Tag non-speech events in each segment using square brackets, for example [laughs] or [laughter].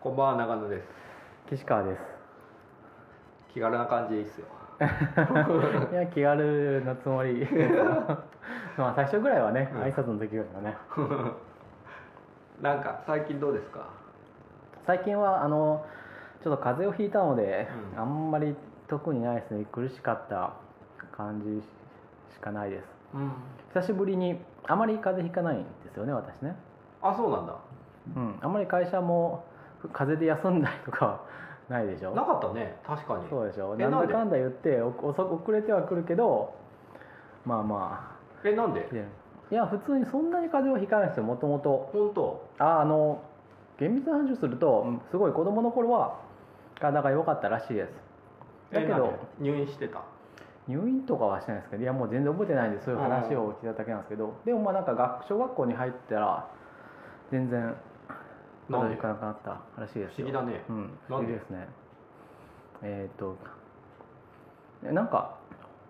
こんばんは長野です岸川です気軽な感じでいいっすよいや気軽なつもり [laughs] まあ最初ぐらいはねうん挨拶の時ぐらいはね、なんか最近どうですか最近はあのちょっと風邪をひいたので、うんあんまり特にないですね苦しかった感じしかないですうん久しぶりにあまり風邪ひかないんですよね私ねあそうなんだうんあんまり会社も風邪で休んだりとかはないでしょなかったね確かにそうでしょえなんなんだでかんだ言ってお遅遅れてはくるけどまあまえなんであいや普通にそんなに風邪をひかないですよもともと本当ああの厳密な話をするとうんすごい子供の頃は体が良かったらしいですだえけなんどで入院してた入院とかはしてないですけどいやもう全然覚えてないんでそういう話を聞いただけなんですけどでもまあなんか学小学校に入ったら全然なん風邪でひかなくなったらしいです不よ思議だねうん、不な思ん議でですねえっ、となんか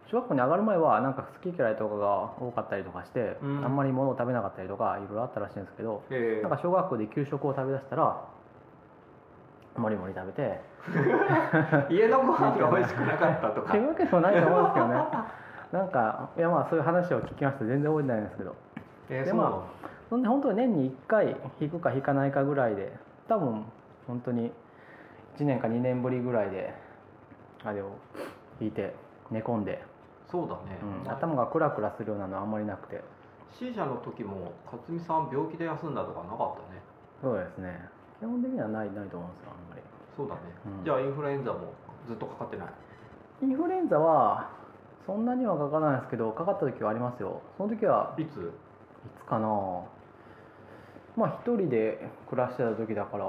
小学校に上がる前はなんか好き嫌いとかが多かったりとかして、うんあんまり物を食べなかったりとかいろいろあったらしいんですけどえなんーか小学校で給食を食べだしたらもりもり食べて家のご飯が美味しくなかったとっ [laughs] かていうわけでもないと思うんですけどねなんかいやまあそういう話を聞きました全然覚えてないんですけどえーでそうなのまそんで本当に年に1回引くか引かないかぐらいで多分本当に1年か2年ぶりぐらいであれを引いて寝込んで、そうだねうん、まあ頭がクラクラするようなのはあんまりなくて C 社の時も勝美さん病気で休んだとかなかったねそうですね基本的にはないないと思うんですよあんまりそうだねうんじゃあインフルエンザもずっとかかってないインフルエンザはそんなにはかからないですけどかかった時はありますよその時はいつつかなまあ一人で暮らしてた時だから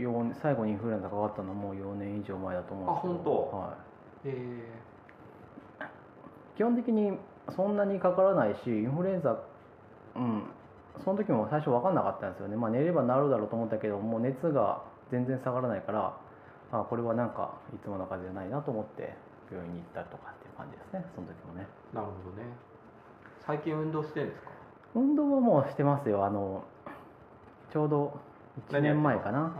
よん最後にインフルエンザかかったのもう4年以上前だと思うんですけどあ本当はいえ基本的にそんなにかからないしインフルエンザうんその時も最初分かんなかったんですよね、まあ、寝ればなるだろうと思ったけどもう熱が全然下がらないからあこれはなんかいつもの風邪じゃないなと思って病院に行ったとかっていう感じですねその時もねーなるほどね最近運動してんですか運動はもうしてますよあのちょうど1年前かな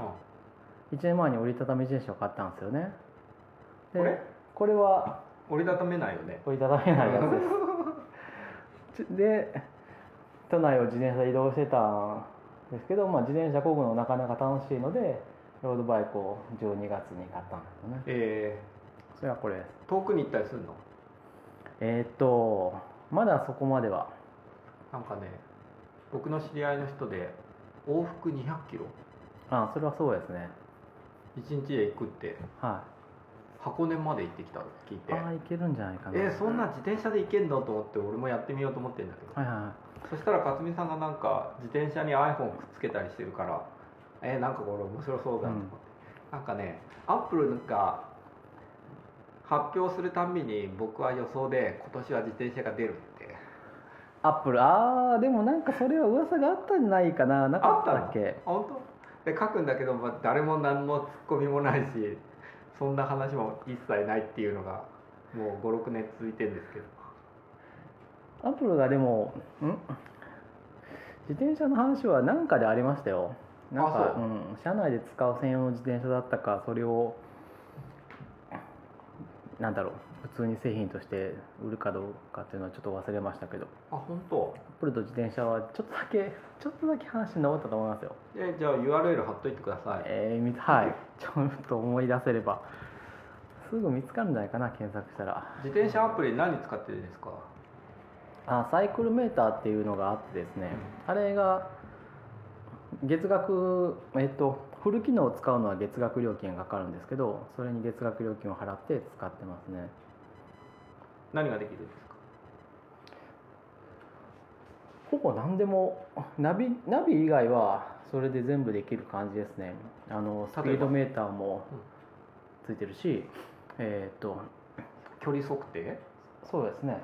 うん1年前に折りたたみ自転車を買ったんですよねでこれこれは折りたためないよね折りたためないやつですち [laughs] で都内を自転車で移動してたんですけど、まあ、自転車こぐのなかなか楽しいのでロードバイクを12月に買ったんですよねえそれはこれですー、遠くに行ったりするのえーっとまだそこまではなんかね僕の知り合いの人で往復200キロあそれはそうですね1日で行くっては箱根まで行ってきたって聞いいてああいけるんじゃないかなえー、そんな自転車で行けんのと思って俺もやってみようと思ってんだけどはいはいはいそしたら勝美さんがなんか自転車に iPhone くっつけたりしてるからえー、なんかこれ面白そうだと思って、なんかねアップルが発表するたんびに僕は予想で今年は自転車が出るってアップルああでもなんかそれは噂があったんじゃないかななかったっけ本当で書くんだけど、まあ、誰も何もツッコミもないしそんな話も一切ないっていうのがもう56年続いてるんですけどアップルがでもん自転車の話は何かでありましたよなんあかそううん、車内で使う専用の自転車だったかそれをなんだろう普通に製品として売るかどうかっていうのはちょっと忘れましたけどあ本当アップルと自転車はちょっとだけちょっとだけ話に上ったと思いますよ、でじゃあ URL 貼っといてください、えーみ [laughs] はいちょっと思い出せればすぐ見つかるんじゃないかな検索したら自転車アプリ何使ってるんですかあサイクルメーターっていうのがあってですねあれが月額えっとフル機能を使うのは月額料金がかかるんですけどそれに月額料金を払って使ってますね何ができるんですかほぼ何でもナビナビ以外はそれで全部できる感じですねあのス例ピえばードメーターもついてるしえっと距離測定そうですね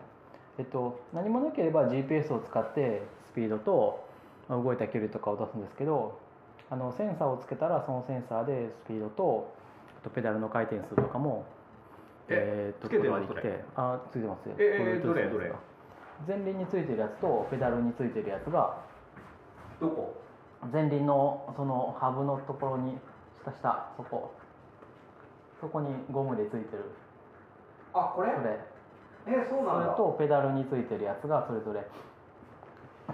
えっと何もなければ GPS を使ってスピードとまあ動いた距離とかを出すんですけどあのセンサーをつけたらそのセンサーでスピードとあとペダルの回転数とかもえーっとつけてるのここまで来てあついてますよえー Bluetooth どれのやつどれが前輪についてるやつとペダルについてるやつがどこ前輪のそのハブのところに下下そこそこにゴムでついてるあこれそれえそうそなんれだとペダルについてるやつがそれぞれ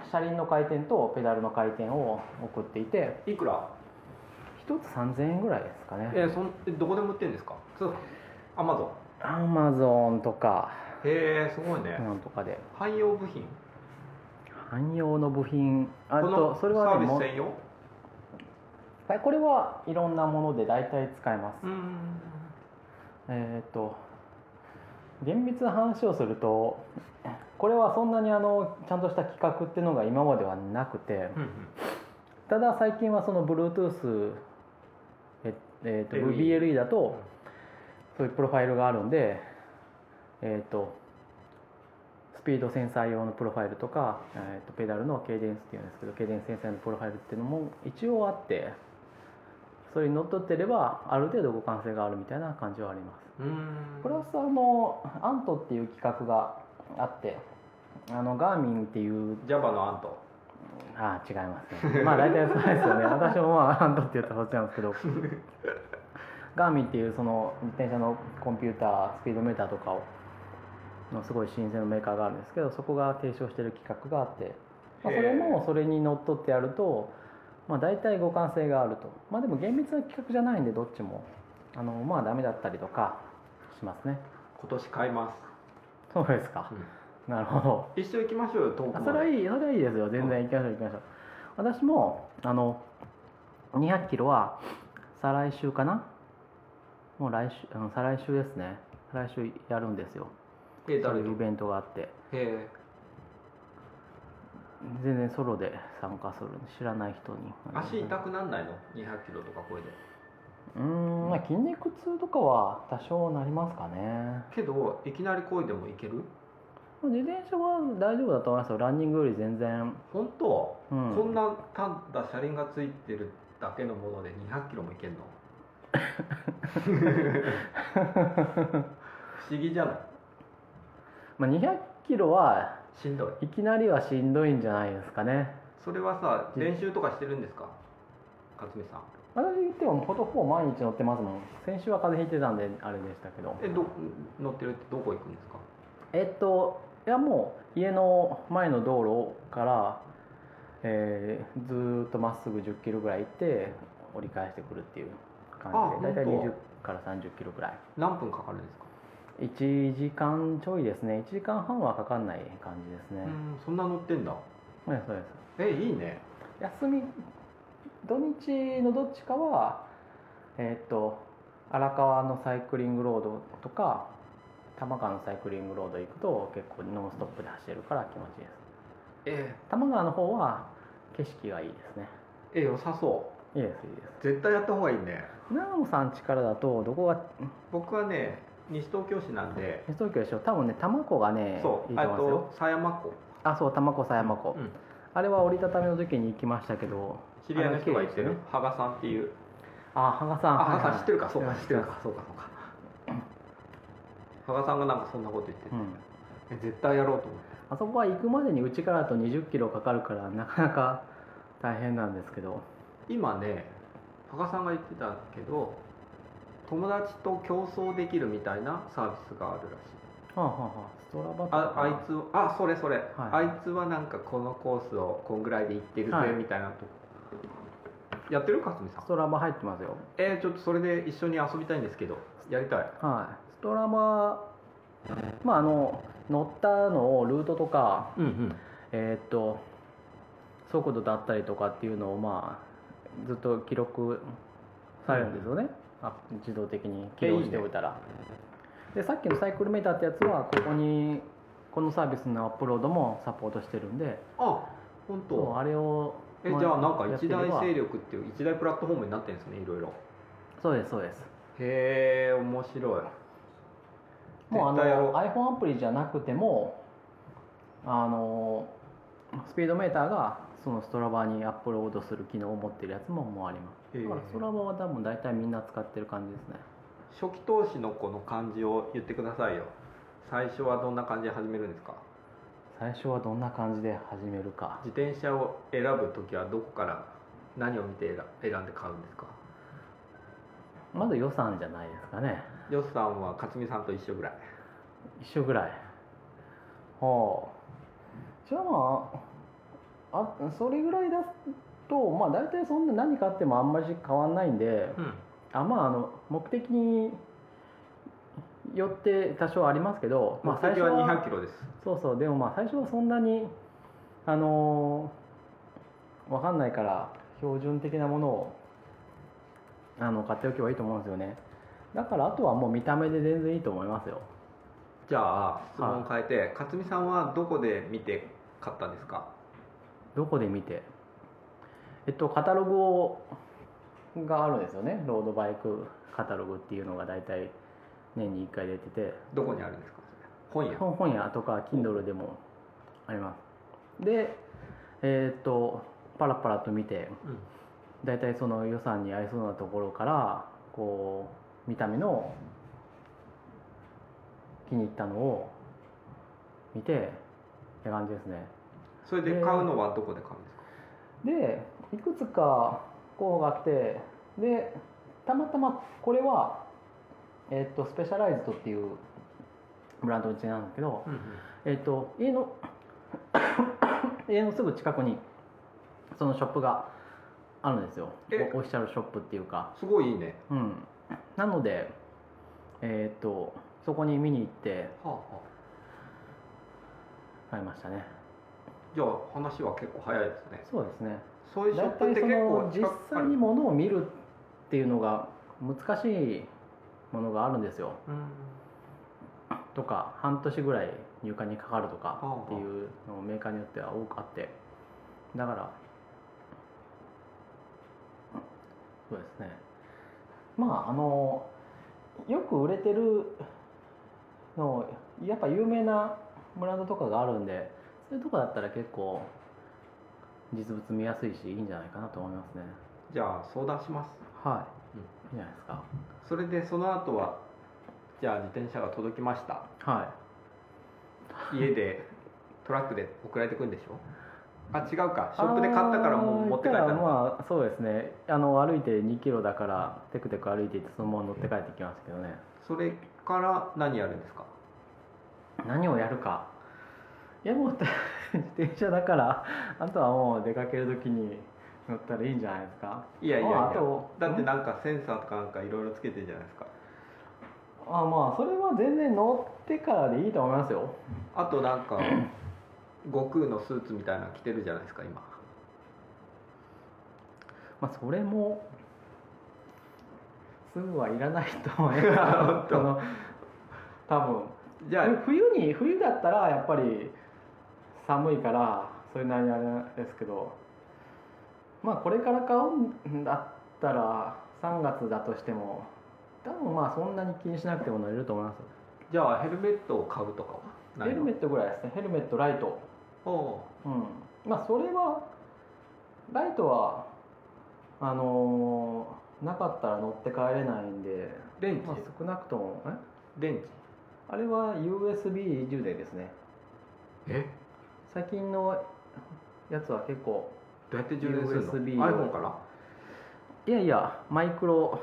車輪の回転とペダルの回転を送っていていくら1つ3000円ぐらいですかねえそんえどこでも売ってるんですかそうアマゾンアマゾンとかへえすごいね、なんとかで汎用部品汎用の部品あことのそれはねサーもビス専用はいこれはいろんなもので大体使えますうーんえーっと厳密な話をするとこれはそんなにあのちゃんとした企画っていうのが今まではなくてうんただ最近はその Bluetooth え、えーっと LE VBLE だうんとそういうプロファイルがあるんでえーっとスピードセンサー用のプロファイルとか、えーっとペダルのケイデンスっていうんですけどケイデンスセンサーのプロファイルっていうのも一応あってそれにのっとってればある程度互換性があるみたいな感じはありますうーんプラスあのアントっていう企画があってあのガーミンっていうジャバのアントあー違いますねまあ大体そうです [laughs] よね私もまあアントって言ったらそっちなんですけどガーミンっていうその自転車のコンピュータースピードメーターとかをのすごい新鮮のメーカーがあるんですけどそこが提唱してる企画があって、まあ、へーそれもそれにのっとってやると、まあ、大体互換性があるとまあでも厳密な企画じゃないんでどっちもあのまあダメだったりとかしますね今年買いまそうですかす、なるほど一緒行きましょうよ遠くまあでそれはいいそれはいいですよ全然行きましょう行きましょう私もあの200キロは再来週かなもう来週あの再来週ですね再来週やるんですよえそう誰いうイとベントがあってへ全然ソロで参加する知らない人にー足痛くなんないの200キロとかこれでうーんまあ筋肉痛とかは多少なりますかねけどいきなりこいでもいけるまあ自転車は大丈夫だと思いますよランニングより全然、本当、うん、こんなただ車輪がついてるだけのもので200キロもいけ [laughs] んの不思議じゃないまあ、200キロはしんどいいきなりはしんどいんじゃないですかねそれはさうん練習とかしてるんですか勝美さん私言ってもほとほぼ毎日乗ってますもん先週は風邪ひいてたんであれでしたけどえど乗ってるってどこ行くんですかえっといやもう家の前の道路から、えーずーっとまっすぐ1 0キロぐらい行って折り返してくるっていう感じあで大体本当20から3 0キロぐらい何分かかるんですか1時間ちょいですね1時間半はかかんない感じですねう、んそんな乗ってんだねそうですえいいね休み土日のどっちかはえーっと荒川のサイクリングロードとか玉川のサイクリングロード行くと結構ノンストップで走れるから気持ちいいですえ玉川の方は景色がいいですねえ良さそいいですいいでう絶対やった方がいいねす長野さん力だとどこが僕はね西東京市なんで、東京でしょ多分ね多摩湖がねそういいとあ思いますよと狭山湖あそう多摩湖狭山湖、うんあれは折りたたみの時に行きましたけど知り合いの人が行ってあるの綺麗でし羽賀さんっていうたねあ芳賀さんあ、羽賀さん知ってるるか、そうか、知知っっててまるすか、そうか、そうか。羽賀さんがなんかそんなこと言ってて、うんえ絶対やろうと思って。あそこは行くまでにうちからだと2 0キロかかるからなかなか大変なんですけど今ね、羽賀さんが言ってたけど、友達と競争できるみたいなサービスがあるらしい。はあはあはあストラバとかあ、あいつ、あ、それそれ、いあいつはなんかこのコースをこんぐらいで行ってるぜはいみたいなとこ。やってるかすみさんス。トラバ入ってますよえー、ちょっとそれで一緒に遊びたいんですけど、やりたい。はいストラバまああの乗ったのをルートとかうんうん。えーっと速度だったりとかっていうのをまあずっと記録されるんですよね、あ自動的に起動しておいたらでさっきのサイクルメーターってやつはここにこのサービスのアップロードもサポートしてるんであ、本当。そうあれをえまじゃあなんか一やって大れば勢力っていう一大プラットフォームになってるんですねいろいろそうですそうですへえ面白いもうあ絶対やろの iPhone アプリじゃなくてもあのスピードメーターがそのストラバーにアップロードする機能を持ってるやつももうありますへだーからストラバーは多分大体みんな使ってる感じですね初期投資のこの感じを言ってくださいよ最初はどんな感じで始めるんですか最初はどんな感じで始めるか自転車を選ぶ時はどこから何を見て選選んで買うんですかまず予算じゃないですかねよっさんは勝美さんと一緒ぐらい一緒ぐらいはあじゃああそれぐらいだとまあ大体そんな何買ってもあんまり変わんないんでうんあまああの目的によって多少ありますけど、まあ、目的は2 0 0キロですそうそうでもまあ最初はそんなにあのーわかんないから標準的なものをあの買っておけばいいと思うんですよねだからあとはもう見た目で全然いいと思いますよじゃあ質問変えて、勝美さんはどこで見て買ったんですかどこで見てえっとカタログをがあるんですよねロードバイクカタログっていうのが大体年に1回出ててどこにあるんですか本屋本本屋とか Kindle でもありますでえーっとパラパラと見てうん大体その予算に合いそうなところからこう見た目の気に入ったのを見てって感じですねそれで買うのはどこで買うんですかでいくつか候補があってでたまたまこれは、えっとスペシャライズドっていうブランドのうちなんですけど、えっと家の [coughs] 家のすぐ近くにそのショップがあるんですよえオオフィシャルショップっていうかすごいいいねうん、なので、えーっとそこに見に行ってはあ、はあ、買いましたねじゃあ話は結構早いですねそうですねそういうショ大ップっ体てそ結構の近実くあ際るに物を見るっていうのが難しいものがあるんですようんとか半年ぐらい入荷にかかるとかああっていうのもメーカーによっては多くあってだからそうですねまああのよく売れてるのやっぱ有名なブランドとかがあるんでそういうとこだったら結構実物見やすいしいいんじゃないかなと思いますねじゃあ相談しますはい、うんいいじゃないですかそれでその後はじゃあ自転車が届きましたはい家でトラックで送られてくるんでしょあ違うかショップで買ったからもう持って帰ったあーのだからまあそうですねあの歩いて2キロだからテクテク歩いていってそのまま乗って帰ってきましたけどねそれから何やるんですか何をやるかいやもう [laughs] 自転車だからあとはもう出かける時に乗ったらいいんじゃないですかいやいやいまあ、あやとだってんあなんかセンサーとかなんかいろいろつけてるじゃないですかまあそれは全然乗ってからでいいと思いますよあとなんか悟空のスーツみたいなの着てるじゃないですか今まあそれもすぐはいらないと思 [laughs] い本ます当その多分じゃあ冬に冬だったらやっぱり寒いからそれなりにあれですけどまあこれから買うんだったら3月だとしても多分まあそんなに気にしなくても乗れると思いますじゃあヘルメットを買うとかはないヘルのメットぐらいですねヘルメットライトおううんまあそれはライトはあのーなかったら乗って帰れないんで、電まあ池、少なくともえ電あれは USB 充電ですね池え最近のやつは結構どうやって充電するの USB を iPhone からいやいやマイクロ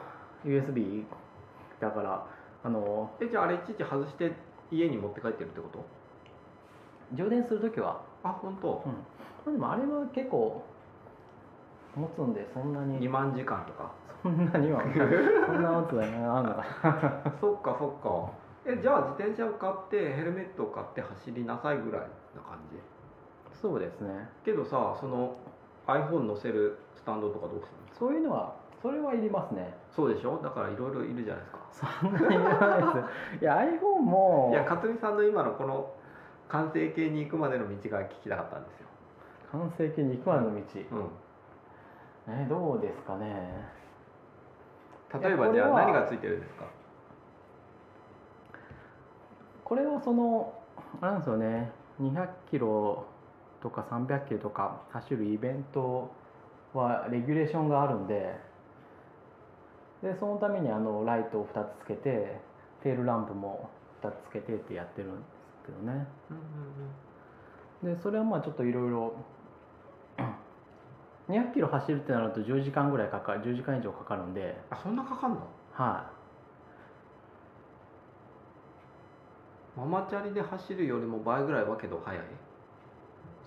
USB だからあのえじゃああれいちいち外して家に持って帰ってるってこと充電する時は、あ本当う。んまあ、でもあれは結構持つんでそんな2に万時間とかそんな [laughs] にはそんな持つだなあるのかそっかそっかえじゃあ自転車を買ってヘルメットを買って走りなさいぐらいな感じそうですねけどさその iPhone 乗せるスタンドとかどうするのそういうのはそれはいりますねそうでしょだからいろいろいるじゃないですかそんなにいらないですいや iPhone もいや克実さんの今のこの完成形に行くまでの道が聞きたかったんですよ完成形に行くまでの道うえどうですかねん例えいばやじゃあこれは何がついてるんですかこれはそのあれなんですよね200キロとか300キロとか走るイベントはレギュレーションがあるんででそのためにあのライトを2つつけてテールランプも2つつけてってやってるんですけどね [coughs] でそれはまあちょっといろいろ200キロ走るってなると10時間ぐらいかかる10時間以上かかるんであそんなかかんのはママチャリで走るよりも倍ぐらいはけど速い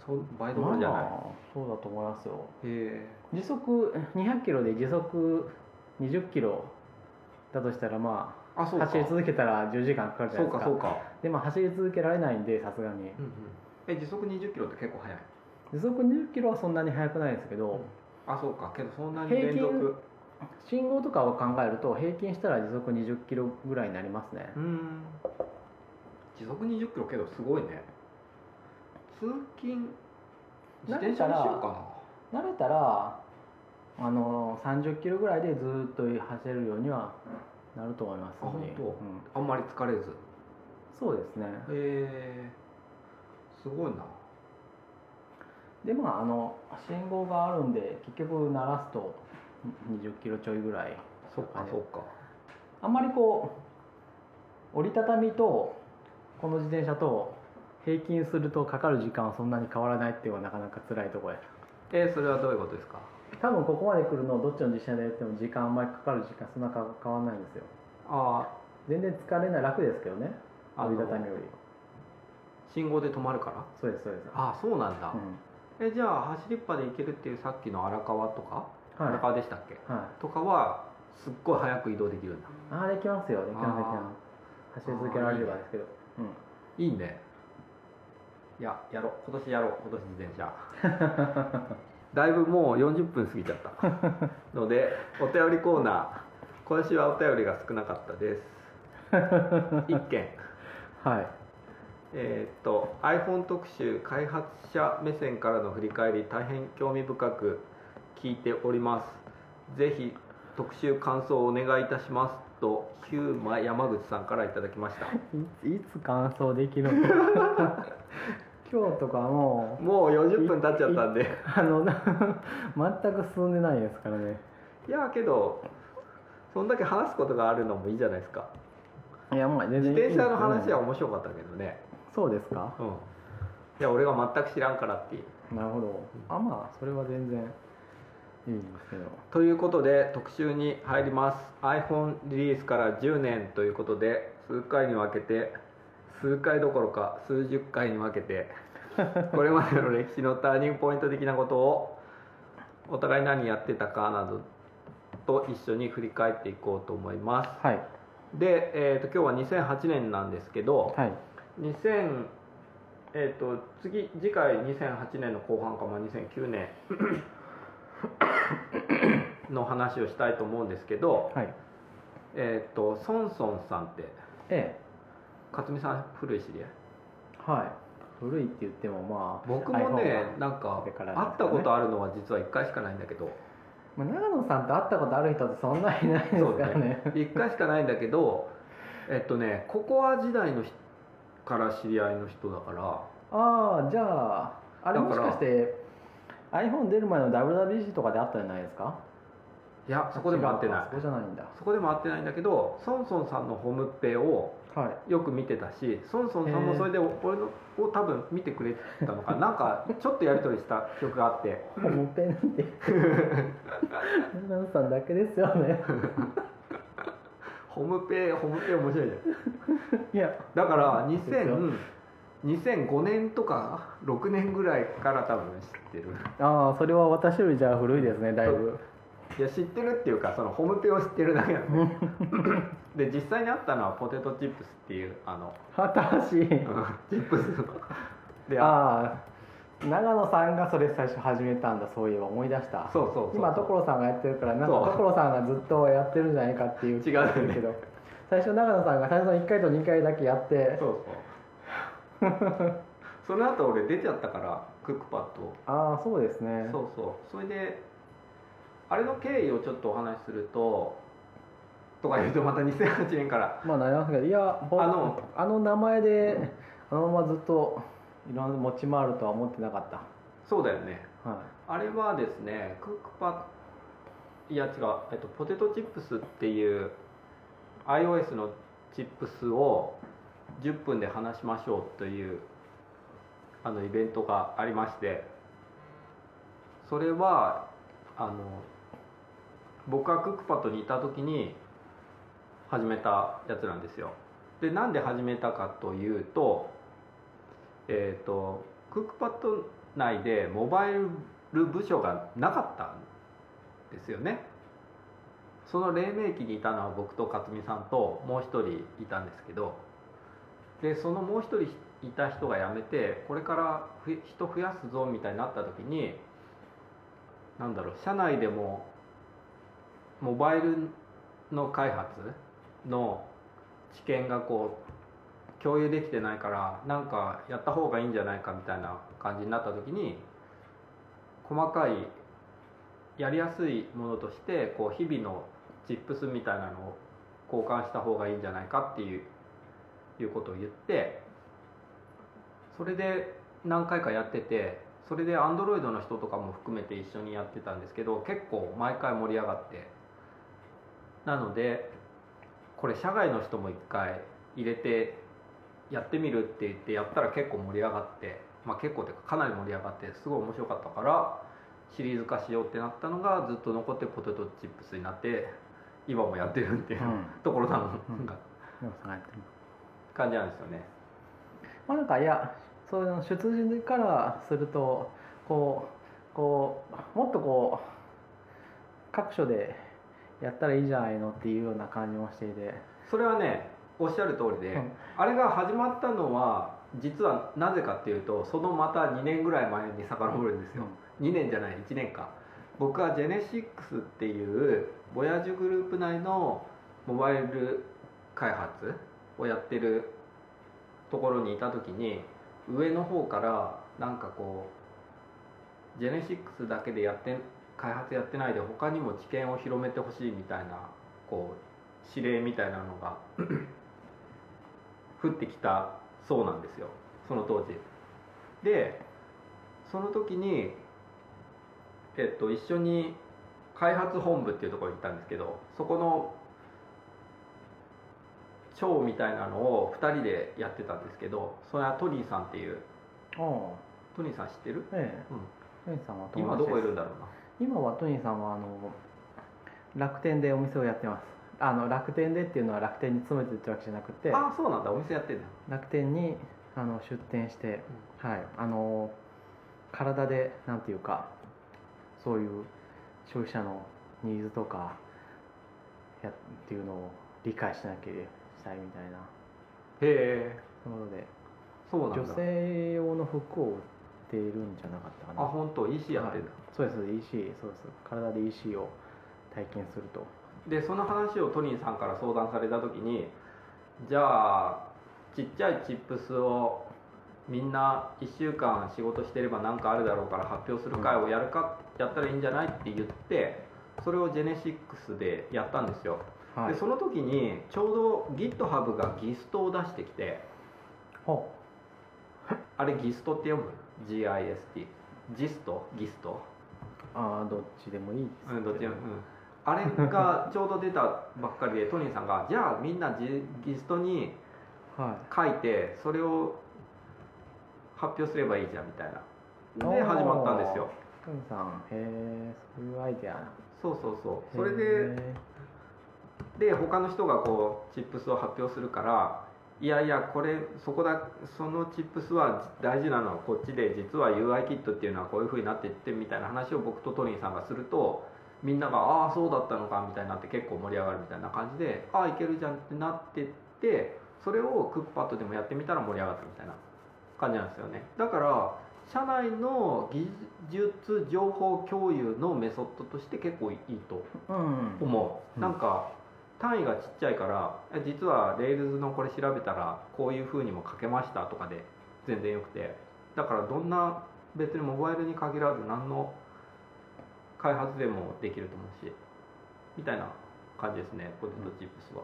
そ倍いどころじゃない、そうだと思いますよへ時速200キロ [laughs] で時速20キロだとしたらまえあそあうか走り続けたら10時間かかるじゃそないうかですかそうか、でも走り続けられないんでさすがにうんうん、え時速20キロって結構速い時速20キロはそんなに速くないですけど、あそうかけどそんなに平連均続信号とかを考えると平均したら時速20キロぐらいになりますねうーん時速20キロけどすごいね通勤自転車にしようか慣れたらあの30キロぐらいでずーっと走れるようにはなると思いますあ本当うんなあんまり疲れずそうですねへえすごいなでまああの信号があるんで結局鳴らすと20キロちょいぐらいそっかねそっかあんまりこう折りたたみとこの自転車と平均するとかかる時間はそんなに変わらないっていうのはなかなか辛いところですえーそれはどういうことですか多分ここまで来るのどっちの自転車でやっても時間あんまりかかる時間そんなか変わらないんですよあ全然疲れない楽ですけどねーあ折りたたみのより信号で止まるからそうですそうですあそうなんだ、うえじゃあ走りっぱで行けるっていうさっきの荒川とか、ん荒は川でしたっけい、はい、とかはすっごい早く移動できるんだああできますよできますできまあす走り続けられればですけどーいいねいややろう今年やろう今年自転車だいぶもう40分過ぎちゃったのでお便りコーナー今週はお便りが少なかったです [laughs] 1件うんはいえーっと iPhone 特集開発者目線からの振り返り大変興味深く聞いておりますぜひ特集感想をお願いいたしますとヒューマ山口さんからいただきましたいいつ乾燥できるの [laughs] 今日とかもうもう40分経っちゃったんであの [laughs] な全く進んでないですからねいやけどそんだけ話すことがあるのもいいじゃないですかいやまあ全自然転車の話はうん面白かったけどねそうですかうんいや俺が全く知らんからっていうなるほどあまあそれは全然いいんですけどということで特集に入ります iPhone リリースから10年ということで数回に分けて数回どころか数十回に分け [laughs] てこれまでの歴史のターニングポイント的なことをお互い何やってたかなどと一緒に振り返っていこうと思いまはいすで、えー、と今日は2008年なんですけどはい2000えっ、と次次回2008年の後半かまあ2009年の話をしたいと思うんですけど、はいえっ、とソンソンさんってええ勝美さん古い知り合いはい古いって言ってもまあ僕も iPhone ねはなんかこれか会らなんっですかねたことあるのは実は1回しかないんだけ [laughs] どまあ、長野さんと会ったことある人ってそんなにいないですそうかだらねね1回しかないんだけどえっとねココア時代の人から知り合いの人だからああじゃああれだもかしらかして iPhone 出る前の WWDC とかであったんじゃないですかいやそこでも会って違うなかそこいじゃないんだそこでも会ってないんだけどソンソンさんのホームペをはいよく見てたしソンソンさんもそれで俺のを多分見てくれたの [laughs] かなんかちょっとやり取りした記憶があってもうペンなん [laughs] て長野さんだけですよねホームペーホームペー面白いじゃんいやだからですよ2000 2005年とか6年ぐらいから多分知ってるああそれは私よりじゃあ古いですねだいぶいや知ってるっていうかそのホームペーを知ってるだけなん [laughs] でで実際にあったのはポテトチップスっていうあの、新しいうん [laughs] チップスのであああ長野さんがそれ最初始めたんだそういえば思い出したそうそうそう今所さんがやってるからなんかそう所さんがずっとやってるんじゃないかっていう違うよね気がするけど最初長野さんが最初の1回と2回だけやってそうそう [laughs] その後俺出ちゃったからクックパッドをああそうですねそうそうそれであれの経緯をちょっとお話しするととか言うとまた2008年からまあなりますけどいやほんあのあの名前であのままずっといろんな持ち回るとは思ってなかっそうだよねたはあれはですねクックパいや違う、えっと、ポテトチップスっていう iOS のチップスを10分で話しましょうというあのイベントがありましてそれはあの僕はクックパッドにいた時に始めたやつなんですよでなんで始めたかというとえっ、とクックパッド内でモバイル部署がなかったんですよねその黎明期にいたのは僕と勝美さんともう一人いたんですけどでそのもう一人いた人が辞めてこれからふ人増やすぞみたいになった時になんだろう社内でもモバイルの開発の知見がこう共有できてないからなんかやった方がいいんじゃないかみたいな感じになった時に細かいやりやすいものとしてこう日々のチップスみたいなのを交換した方がいいんじゃないかっていういうことを言ってそれで何回かやっててそれで Android の人とかも含めて一緒にやってたんですけど結構毎回盛り上がってなのでこれ社外の人も一回入れてやってみるって言ってやったら結構盛り上がってまあ結構てかかなり盛り上がってすごい面白かったからシリーズ化しようってなったのがずっと残ってポテトチップスになって今もやってるっていう、うんところなのが、うんでもさやってます感じなんですよね。まあなんかいやそういうの出自からするとこうこうもっとこう各所でやったらいいじゃないのっていうような感じもしていて、それはねおっしゃる通りで、うんあれが始まったのは実はなぜかっていうとそのまた2年ぐらい前に遡るんですよ、2年じゃない1年か僕はジェネシックスっていうボヤージュグループ内のモバイル開発をやってるところにいた時に上の方からなんかこうジェネシックスだけでやって開発やってないで他にも知見を広めてほしいみたいなこう指令みたいなのが [clears throat] 降ってきたそうなんですよその当時。でその時にえっと、一緒に開発本部っていうところに行ったんですけどそこの長みたいなのを2人でやってたんですけどそれはトニーさんっていううん、おトニーさん知ってるええ、うんトニーさんは友今達どですこいるんだろう今はトニーさんはあの楽天でお店をやってますあの楽天でっていうのは楽天に勤めてるってわけじゃなくてなああそうなんだお店やってんだ楽天にあの出店して、はいあの体でなんていうかそういう消費者のニーズとかやっていうのを理解しなきゃしたいみたいなへえところでそうなんだ女性用の服を売っているんじゃなかったかあな本当 EC やってんだ、そうです EC そうです体で EC を体験するとでその話をトニーさんから相談された時にじゃあちっちゃいチップスをみんな1週間仕事してれば何かあるだろうから発表する会をやるかやったらいいんじゃないって言ってそれをジェネシックスでやったんですよ、はいでその時にちょうど GitHub がギストを出してきてほあれギストって読む ?GIST ジストギストああどっちでもいいですけうん、どっちも、うんど、あれがちょうど出たばっかりでトニーさんがじゃあみんなジギストにはい書いてそれを発表すればいいじゃんみたいなでおー始まったんですよトニーさんへえそういうアイデアそうそうそうそれへでーで他の人がこうチップスを発表するからいやいやこれそこだそのチップスは大事なのはこっちで実は UI キットっていうのはこういうふうになっていってみたいな話を僕とトニーさんがするとみんながああーそうだったのかみたいになって結構盛り上がるみたいな感じでああいけるじゃんってなってってそれをクッパッドでもやってみたら盛り上がったみたいな感じなんですよねだから社内の技術情報共有のメソッドとして結構いいとうん思う、うんなんか単位がちっちゃいからえ実は Rails のこれ調べたらこういう風にも書けましたとかで全然よくてだからどんな別にモバイルに限らず何の開発でもできると思うしみたいな感じですねポテトチップスは、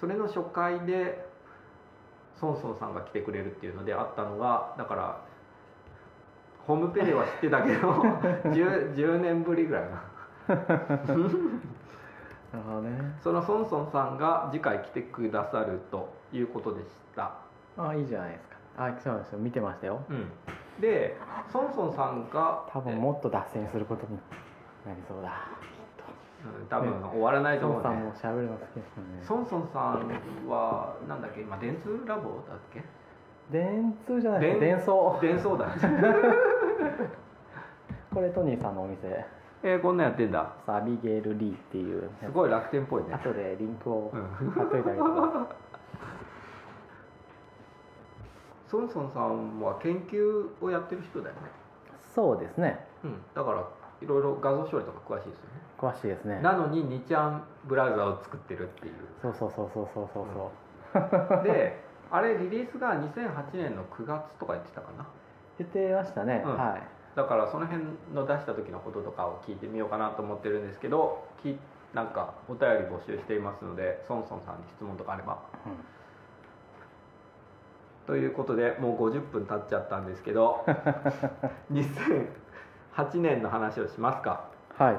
それの初回でソンソンさんが来てくれるっていうのであったのがだからホームページは知ってたけど [laughs] 10, 10年ぶりぐらいかななるほどねそのソンソンさんが次回来てくださるということでした、ああいいじゃないですかあそうなんですよ見てましたよでソンソンさんが多分もっと脱線することになりそうだうん、多分終わらないと思孫うさんねも喋るの好きですもんねソンソンさんはなんだっけ今電通ラボだっけ電通じゃないです電電装電装だこれトニーさんのお店 [laughs] えー、こんなんやってんだサビゲル・リーっていうすごい楽天っぽいね後でリンクをう貼んっといてあげてくださソンソンさんは研究をやってる人だよね、いそうですねうん、だからいろいろ画像処理とか詳しいですよね詳しいですねなのに2ちゃんブラウザを作ってるっていうそうそうそうそうそうそうそうであれリリースが2008年の9月とか言ってたかな言ってましたね、うんはいだからその辺の出した時のこととかを聞いてみようかなと思ってるんですけどきなんかお便り募集していますのでソンソンさんに質問とかあればということでもう50分経っちゃったんですけど2008年の話をしますかはい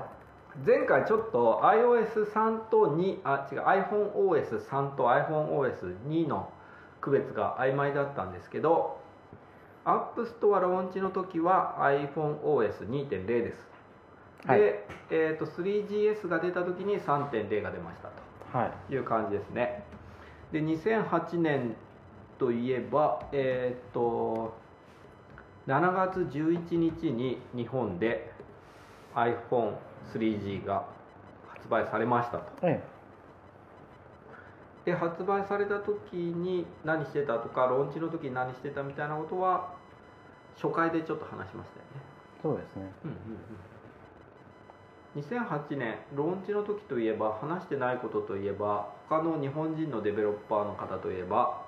前回ちょっと iOS3 と2あ違う iPhoneOS3 と iPhoneOS2 の区別が曖昧だったんですけど App Store ローンチの時は iPhoneOS2.0 ですで、はいえー、と 3GS が出た時に3.0が出ましたはいという感じですねで2008年といえばえっ、と7月11日に日本で iPhone3G が発売されましたとえで発売された時に何してたとかローンチの時に何してたみたいなことは初回でちょっと話しましたよねそうですねうんうんうん、2008年ローンチの時といえば話してないことといえば他の日本人のデベロッパーの方といえば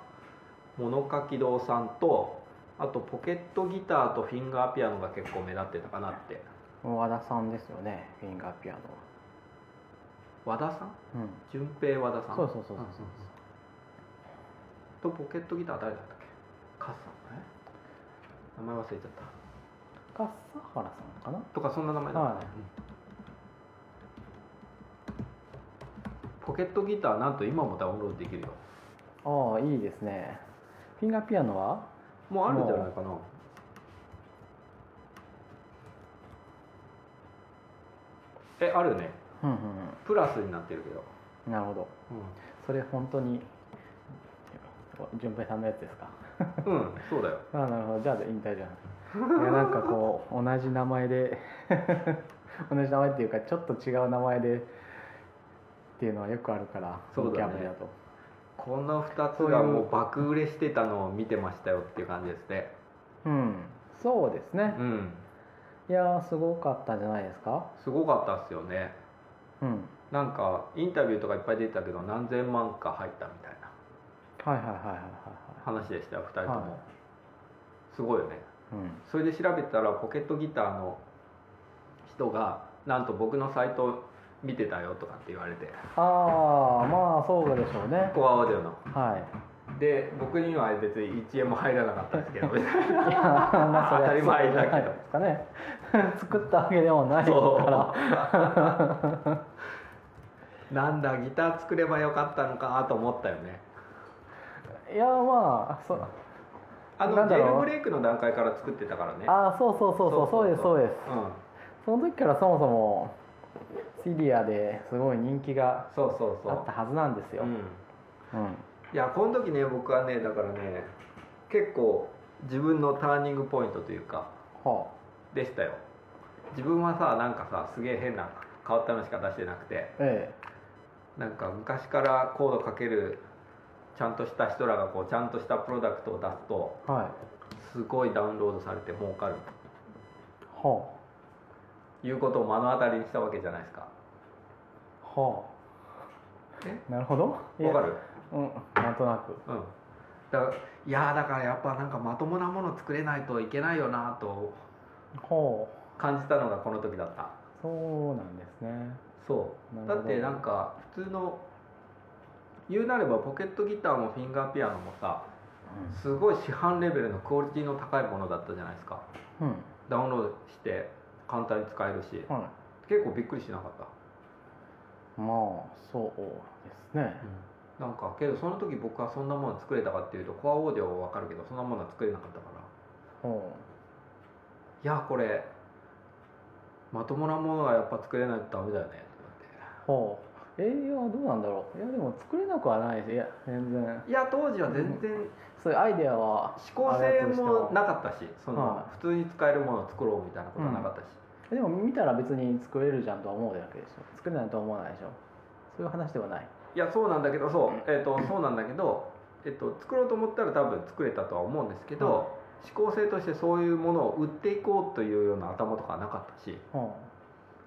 物書き堂さんとあとポケットギターとフィンガーピアノが結構目立ってたかなって和田さんですよねフィンガーピアノは和田さんうん順平和田さんそうそうそうそううんとポケットギター誰だったっけカッサンえ名前忘れちゃった笠原さんかなとかそんな名前だったね、はいポケットギターなんと今もダウンロードできるよああいいですねフィンガーピアノはもうあるんじゃないかなえあるねうんうんプラスになってるけど、うんなるほどそれ本当に順平さんのやつですかうん、うん、そうだよああなるほどじゃあ引退じゃん [laughs] いやなんかこう同じ名前で [laughs] 同じ名前っていうかちょっと違う名前でっていうのはよくあるからそうだねギャブだとこの2つそういがうもう爆売れしてたのを見てましたよっていう感じですねうんそうですねうんいやーすごかったんじゃないですかすごかったっすよねうんなんかインタビューとかいっぱい出てたけど何千万か入ったみたいなはいはいはいはい話でしたよ2人とも、はいすごいよねはいはいそれで調べたらポケットギターの人がなんと僕のサイト見てたよとかって言われてああまあそうでしょうねコアオーディオのはいで僕には別に1円も入らなかったんですけ [laughs] どいやーまあそれは当たり前だけどないですかね [laughs] 作ったわけでもないからそう [laughs] なんだギター作ればよかったのかなと思ったよねいやーまあそうあなのんジだェろうルブレイクの段階から作ってたからねあーそうそうそうそうそうですそうですうんその時からそもそもシリアですごい人気がそうそうそあうったはずなんですよ、ううんんいやこの時ね僕はねだからね結構自分のターニングポイントというかほでしたよ自分はさなんかさすげえ変な変わったのしか出してなくてうえなんか昔からコードかけるちゃんとした人らがこうちゃんとしたプロダクトを出すとえはいすごいダウンロードされて儲かるほということを目の当たりにしたわけじゃないですかうほうなるほどいやわかるうんなんとなくうんだからいやーだからやっぱなんかまともなもの作れないといけないよなとほう感じたのがこの時だったそうなんですねそうなだるっほどてなんか普通の言うなればポケットギターもフィンガーピアノもさすごい市販レベルのクオリティの高いものだったじゃないですかうん、ダウンロードして簡単に使えるしはい結構びっくりしなかった、まあそうですねなんかけどその時僕はそんなもの作れたかっていうとコアオーディオは分かるけどそんなものは作れなかったからほいやこれまともなものがやっぱ作れないとダメだよねと思っほうえー、いやどうなんだろういやでも作れなくはないしいや全然ていや当時は全然そういうアイデアは思考性もなかったしそのは普通に使えるものを作ろうみたいなことはなかったし、でも見たら別に作れるじゃんとは思うだけでしょ作れないとは思わないでしょそういう話ではないいやそうなんだけどそう、えっとそうなんだけど、えっと作ろうと思ったら多分作れたとは思うんですけど、は思考性としてそういうものを売っていこうというような頭とかはなかったしほ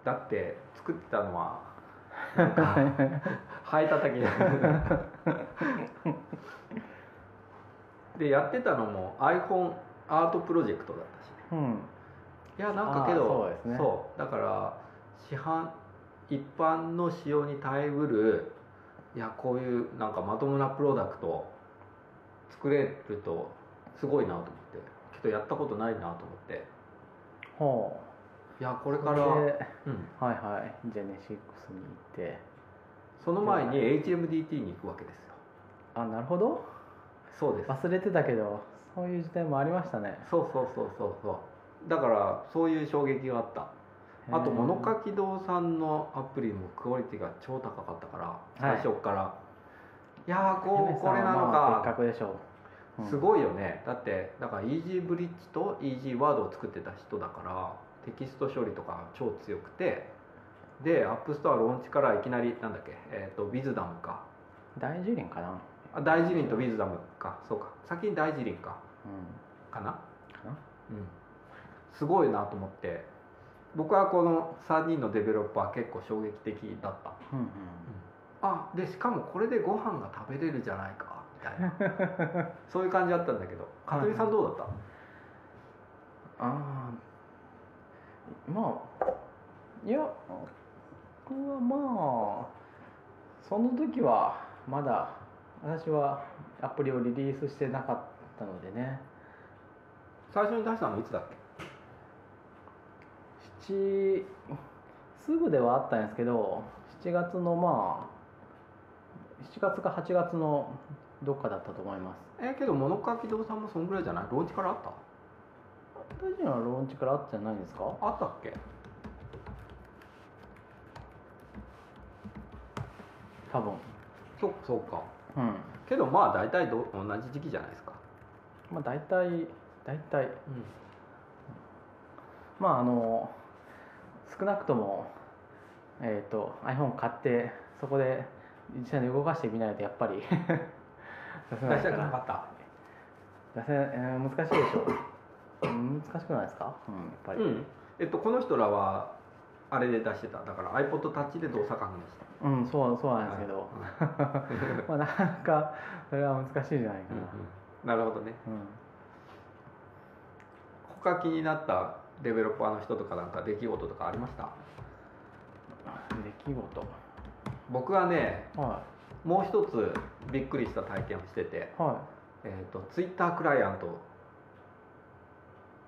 だって作ってたのは [laughs] うはハエた [laughs] たきでやってたのも iPhone アートプロジェクトだったしねいうんいやなんかけどあーそうですねそうだから市販一般の仕様に耐えうるいやこういうなんかまともなプロダクトを作れるとすごいなと思ってけどやったことないなと思ってほういやこれから、でうん、はいはいジェネシックスに行ってその前に HMDT に行くわけですよあなるほどそうです忘れてたけどそういう時代もありましたねそうそうそうそうそうだからそういう衝撃があったあと物書き堂さんのアプリもクオリティが超高かったから最はい初っから、い、やーえーこうこれなのまあか、別格でしょう、すいごいよねだってだからイージーブリッジとイージーワードを作ってた人だからテキスト処理とか超強くてでアップストアローンチからいきなりなんだっけ、えー、とビズダムか大樹林かなあ大辞林とビズダムかそうか先に大辞林かうかなんかなうん、すごいなと思って僕はこの3人のデベロッパー結構衝撃的だったうんうんあでしかもこれでご飯が食べれるじゃないかみたいな [laughs] そういう感じだったんだけどかつみさんどうだっああまあいや僕はまあその時はまだ私はアプリをリリースしてなかったのでねた、最初に出したのいつだっけ7すぐではあったんですけど7月のまあ7月か8月のどっかだったと思いますえけど物書き堂さんもそんぐらいじゃないローンチからあった大臣はローンチからあったんじゃないんですかあったっけ多分そうかそうかうんけどまあ大体ど同じ時期じゃないですか、まあ大体大体うん、まああの少なくとも、えー、と iPhone 買ってそこで実際に動かしてみないとやっぱり出せ出ないしたかくなからっ [laughs] 出せ、えー難しいでしょうん難しくないですか、うん、やっぱたり、うんえっとこの人らはあれで出してただから iPod タッチで動作確認したうんそうそうなんですけ [laughs] ど、まあなかなかそれは難しいんじゃないかな、なるほどねうん他気になったデベロッパーの人とかなんか出来事とかありました出来事僕はねはもう一つびっくりした体験をしてて、いはえー、とツイッタークライアントい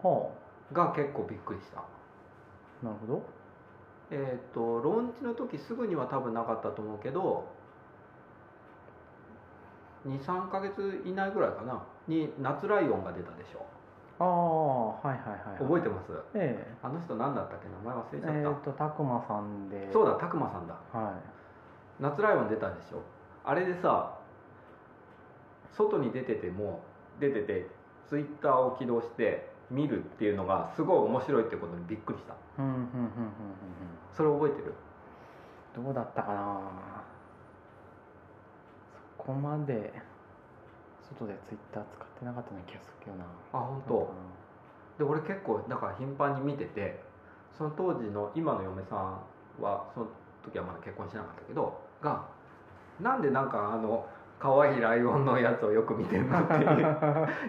はが結構びっくりしたあなるほどえっ、とローンチの時すぐには多分なかったと思うけど23ヶ月以内ぐらいかなに夏ライオンが出たでしょああはいはいはい、はい、覚えてますええあの人何だったっけ名前忘れちゃえっー、とたくまさんでたそうだたくまさんだはい夏ライオン出たでしょあれでさ外に出てても出ててツイッターを起動して見るっていうのがすごい面白いってことにびっくりしたうんうんうんうんうんそれ覚えてるうんどうだったかなそこまで外でツイッター使ってなかったような気がするけどなあ本当。で俺結構だから頻繁に見ててその当時の今の嫁さんはその時はまだ結婚してなかったけどがなんでなんかあの可愛いライオンのやつをよく見てるのって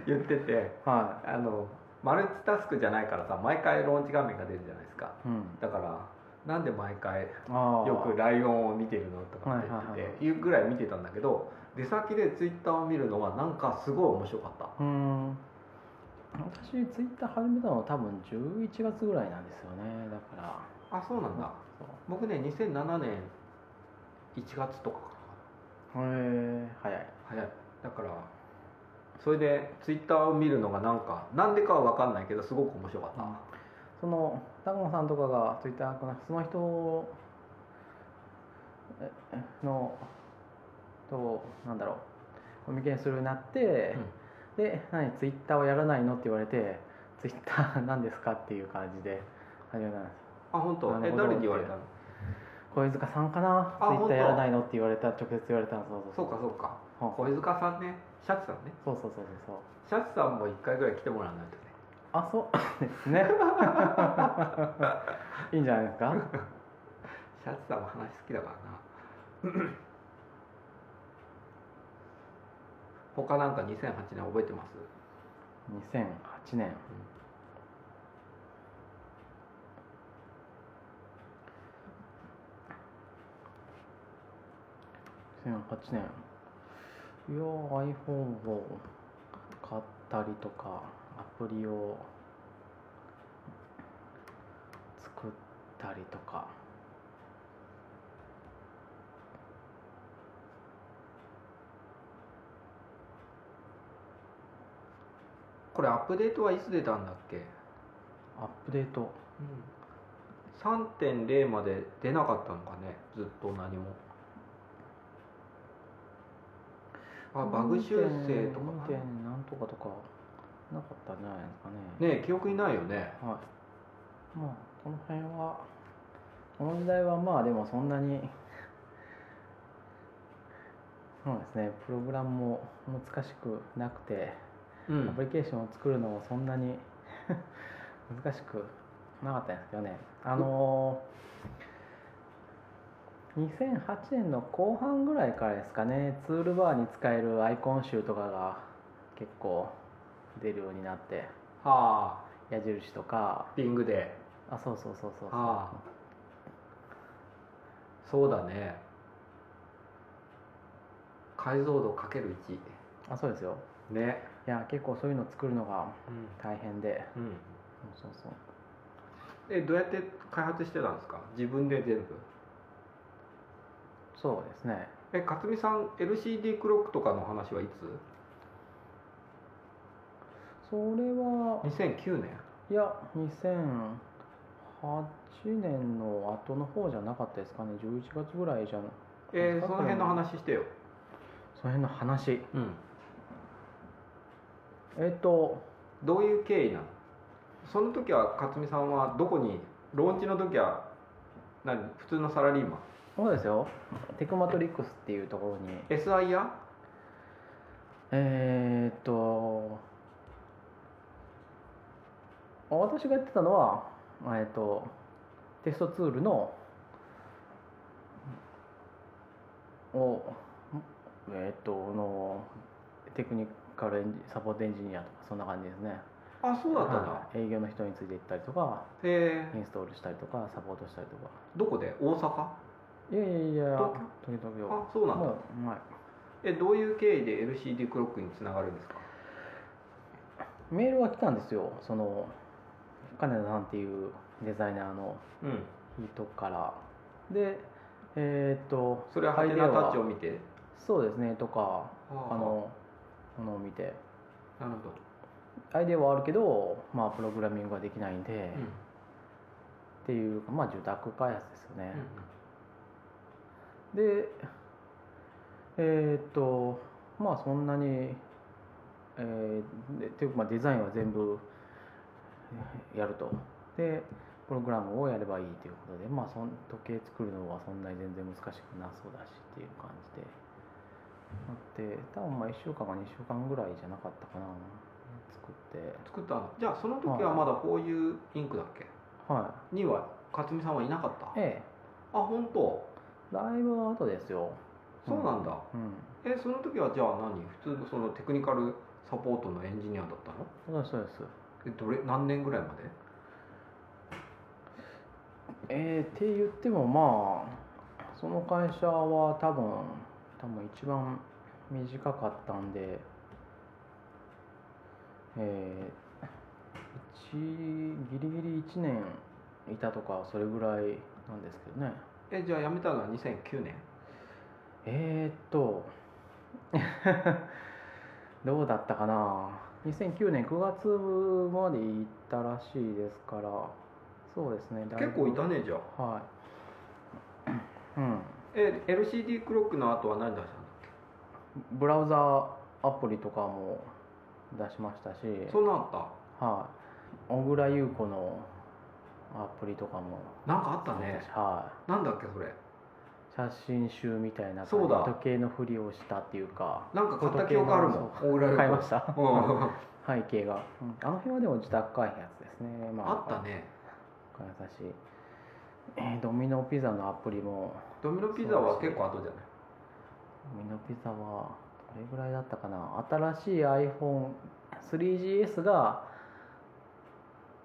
言っててはあのマルチタスクじゃないからさ毎回ローンチ画面が出るじゃないですかい、うん、だからなんで毎回ああよくライオンを見てるのとかって言はいっはいてはいていうぐらい見てたんだけど出先でツイッターを見るのはなんかすごい面白かったうーん私ツイッター始めたのは多分11月ぐらいなんですよねだからあそうなんだそう僕ね2007年1月とかかへえ早いな早いだからそれでツイッターを見るのがなんかなんでかは分かんないけどすごく面白かった、うんその高野さんとかがツイッターかなその人えのとなんだろうコミュニケーションするようになって、で何ツイッターをやらないのって言われてツイッター [laughs] なんですかっていう感じで始めたんですあ本当なえるほど誰に言われたの小泉塚さんかなあツイ本ッタ当ーやらないのって言われた直接言われたのそそうそううかそうかそう小塚さんねシャチさんねそうそうそうそうそうシャチさんも一回ぐらい来てもらわないとねあそう [laughs] ですねいいんじゃないですかシャチさんも話好きだからな [coughs] 他なんか2008年覚えてます2008年2008年いやー iPhone を買ったりとかアプリを作ったりとかこれアップデートはいつ出たんだっけ、アップデート3.0まで出なかったのかねずっと何もあバグ修正とか2ね点なんとかとかなかったんじゃないですかねね記憶にないよねはいまあこの辺はこの時代はまあでもそんなに [laughs] そうですねプログラムも難しくなくて、うアプんリケーションを作るのもそんなに [laughs] 難しくなかったんですけどねあのー2008年の後半ぐらいからですかねツールバーに使えるアイコン集とかが結構出るようになってはあ矢印とかピングであそうそうそうそうそうああそうだね解像度かけるあそうですよ1ねいや結構そういうの作るのがうん大変でうんそうそうそうえどうやって開発してたんですか自分で全部そうですねえ勝美さん LCD クロックとかの話はいつそれは2009年いや2008年の後の方じゃなかったですかね11月ぐらいじゃんえーその辺の話してよその辺の話うんえっ、とどういう経緯なのその時は勝美さんはどこにローンチの時は何普通のサラリーマンそうですよテクマトリックスっていうところに SI やえーっとあ私がやってたのは、えーっとテストツールのをえーっとあのテクニカルエンジサポートエンジニアとかそんな感じですねあそうだったんだ、はい営業の人について行ったりとかえインストールしたりとかサポートしたりとかーどこで大阪いやいやいや東時々あそうなんだもうはいえどういう経緯で LCD クロックにつながるんですかメールが来たんですよその金田さんっていうデザイナーのうん人からでえーっとそれはハテナタッチを見てそうですねとかああのものを見てなるほど、アイデアはあるけどまあプログラミングはできないんで、うんっ、ていうかまあ受託開発ですよね、でえーっとまあそんなにえーでていうかまあデザインは全部えーやるとでプログラムをやればいいということでまあそん時計作るのはそんなに全然難しくなそうだしっていう感じでなって多分まあ1週間か2週間ぐらいじゃなかったかな作って作ったのじゃあその時はまだこういうインクだっけはには勝美さんはいなかったいええあ本当だいぶ後ですよそうなんだ、うんえその時はじゃあ何普通のそのテクニカルサポートのエンジニアだったのそうですそうえですどれ何年ぐらいまでえー、って言ってもまあその会社は多分多分一番短かったんでえー、一ギリギリ1年いたとかそれぐらいなんですけどねえじゃあ辞めたのは2009年えー、っと [laughs] どうだったかな2009年9月まで行ったらしいですからそうですね結構いたねじゃあはい、うえ LCD クロックの後は何出したのん、ブラウザーアプリとかも出しましたしそんなんあったはい、小倉優子のアプリとかもなんかあったねはなんだっけそれい、写真集みたいなそうだ時計のふりをしたっていうかなんか買った記憶あるもん大浦買いまししたうん、背景が、うんあの辺はでも自宅開発ですね、まあったね開発だし、えードミノピザのアプリもドミノピザは結構後じゃないドミノピザはどれぐらいだったかな新しい iPhone3GS が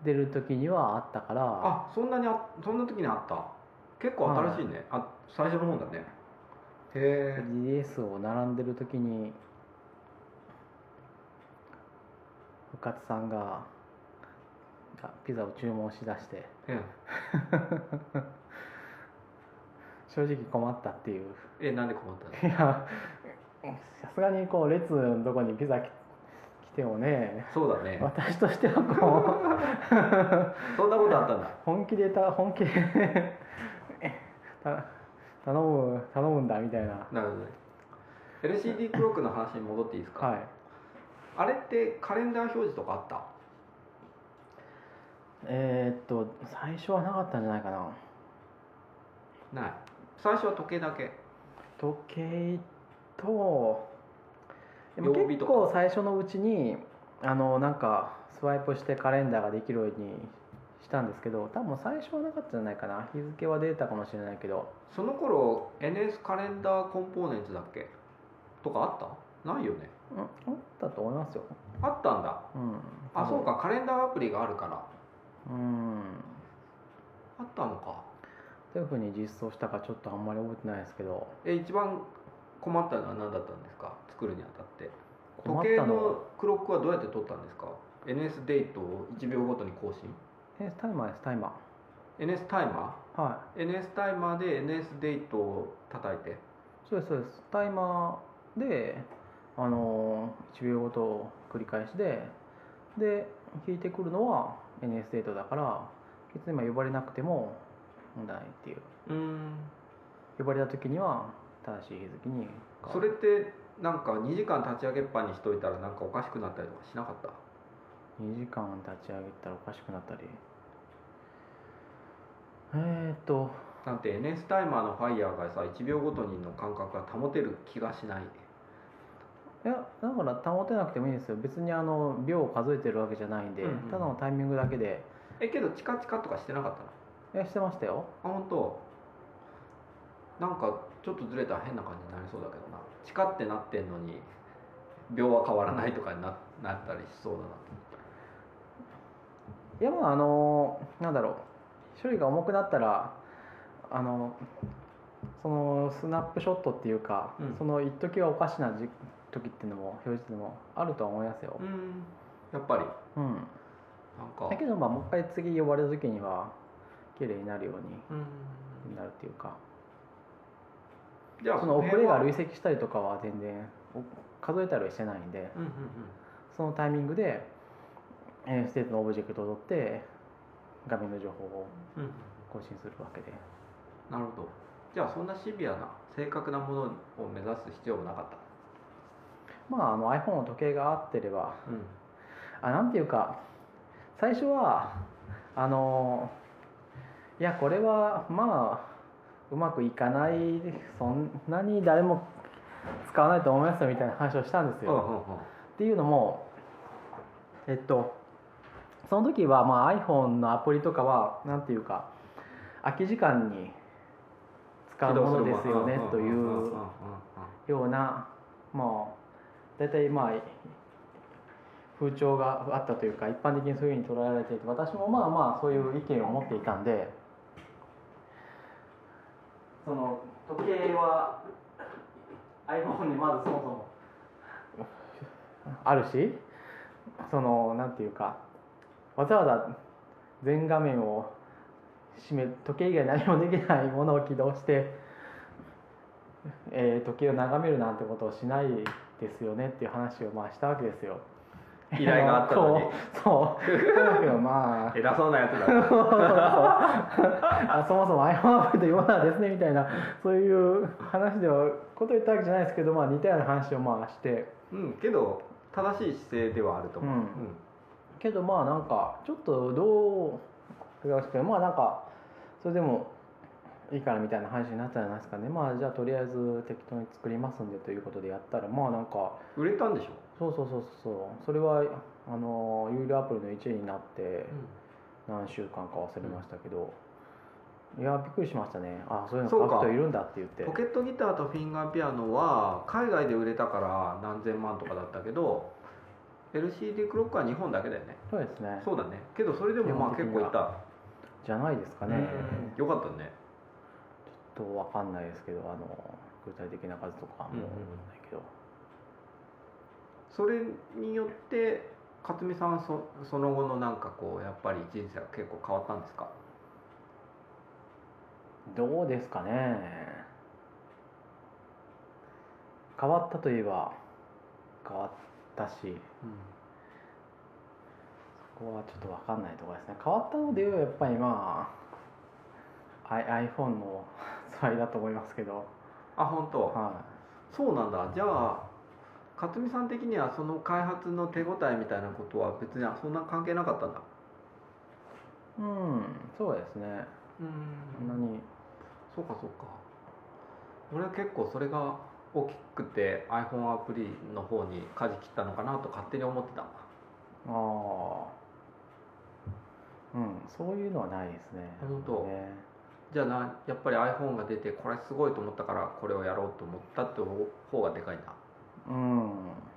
出る時にはあったからあそんなにあそんな時にあった結構新しいね、あ最初の方だねへ GS を並んでる時に深津さんががピザを注文しだしてえうん正直困ったっていうえなんで困ったのいやさすがにこう列のとこにピザき来てもねそうだね私としてはこうそんなことあったんだ本気でた本気で [laughs] た頼む頼むんだみたいな [laughs] なるほどね LCD クロックの話に戻っていいですか、はいあれってカレンダー表示とかあったえーっと最初はなかったんじゃないかなない最初は時計だけ時計とでも曜日結とか構最初のうちにあのなんかスワイプしてカレンダーができるようにしたんですけど多分最初はなかったんじゃないかな日付は出たかもしれないけどその頃 NS カレンダーコンポーネンツだっけとかあったないよねうんあったと思いますよ、あったんだうん、あそうかカレンダーアプリがあるからうんあったのかどういうふうに実装したかちょっとあんまり覚えてないですけどえ一番困ったのは何だったんですか作るにあたって困時っ計たのはのクロックはどうやって取ったんですか NS デートを1秒ごとに更新えタイマーですタイマ NS タイマーはいー NS タイマーで NS デートを叩いてそうですそうですタイマーであのー1秒ごと繰り返しでで引いてくるのは NS デートだから別に今呼ばれなくても問題ないっていううーん呼ばれた時には正しい日付にそれってなんか2時間立ち上げっぱにしといたらなんかおかしくなったりとかしなかった2時間立ち上げたらおかしくなったりえー、っとだって NS タイマーのファイヤーがさ1秒ごとにの間隔が保てる気がしないいやだから保てなくてもいいんですよ別にあの秒を数えてるわけじゃないんで、うんうんただのタイミングだけでえけどチカチカとかしてなかったのいやしてましたよあ本当なんかちょっとずれたら変な感じになりそうだけどなチカってなってんのに秒は変わらないとかにななったりしそうだないやまああのなんだろう処理が重くなったらあのそのスナップショットっていうか、うんその一時はおかしなじ時っていうのも表示っていうのもあるとは思いますよう、んやっぱりうん、なんかだけどまあもう一回次呼ばれた時には綺麗になるよううんになるっていうかじゃあその遅れがる累積したりとかは全然お数えたりはしてないんでうんうんそのタイミングでえーステートのオブジェクトを取って画面の情報をうんうん更新するわけでなるほどじゃあそんなシビアな正確なものを目指す必要もなかったまああの iPhone の時計が合ってればうんあなんていうか最初はあのいやこれはまあうまくいかないそんなに誰も使わないと思いますよみたいな話をしたんですうんうよ。んうんっていうのもえっとその時はまあ iPhone のアプリとかはなんていうか空き時間に使うものですよねというようなまあ大体まあ風潮があったというか一般的にそういうふうに捉えられていて私もまあまあそういう意見を持っていたんでその時計は iPhone にまずそもそもあるしそのなんていうかわざわざ全画面を閉め時計以外何もできないものを起動してえー時計を眺めるなんてことをしないですよねっていう話をまあしたわけですよ。依頼があったのに [laughs] そうそうだけどまあ偉そうなやつだ [laughs] あそもそもアイマーベルと言わないですねみたいなそういう話ではこと言ったわけじゃないですけど、まあ、似たような話をまあしてうんけど正しい姿勢ではあると思う、うんけどまあなんかちょっとどう違うけどまあなんかそれでもいいからみたいな話になったんじゃないですかねまあじゃあとりあえず適当に作りますんでということでやったらまあなんかうん売れたんでしょ、そうそうそうそうそれはあの有料アプリの1位になって何週間か忘れましたけど、いやびっくりしましたねあそういうの書そうかく人いるんだって言ってポケットギターとフィンガーピアノは海外で売れたから何千万とかだったけど LCD クロックは日本だけだよねそうですねそうだねけどそれでもまあ基結構本的にいはたじゃないですかねうんよかったねちょっとわかんないですけどあの具体的な数とかはもうわかんないけど、それによって勝美さんはそその後のなんかこうやっぱり人生は結構変わったんですかどうですかね変わったといえば変わったしそこはちょっと分かんないところですね変わったので言えばやっぱりまあアイ iPhone の [laughs] 発売だと思いますけど、あ本当、はそうなんだじゃあ勝美さん的にはその開発の手応えみたいなことは別にそんな関係なかったんだい、うんそうですねうそんなにそうかそうか俺は結構それが大きくて iPhone アプリの方に舵切ったのかなと勝手に思ってたああうんそういうのはないですね本当ねじゃあなやっぱり iPhone が出てこれすごいと思ったからこれをやろうと思ったって方がでかいなうん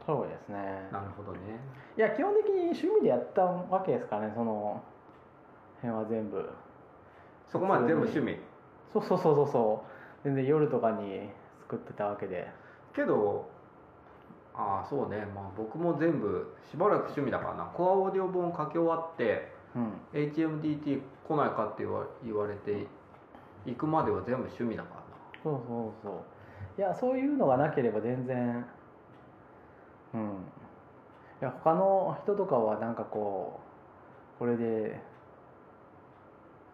そうですねなるほどねいや基本的に趣味でやったわけですからねその辺は全部そこまで全部趣味そうそうそうそうそう全然夜とかに作ってたわけでけどああそうねまあ僕も全部しばらく趣味だからなコアオーディオ本書き終わってうん HMDT 来ないかって言わ言われて行くまでは全部趣味だからなそうそうそういやそういうのがなければ全然うんいや他の人とかはなんかこうこれで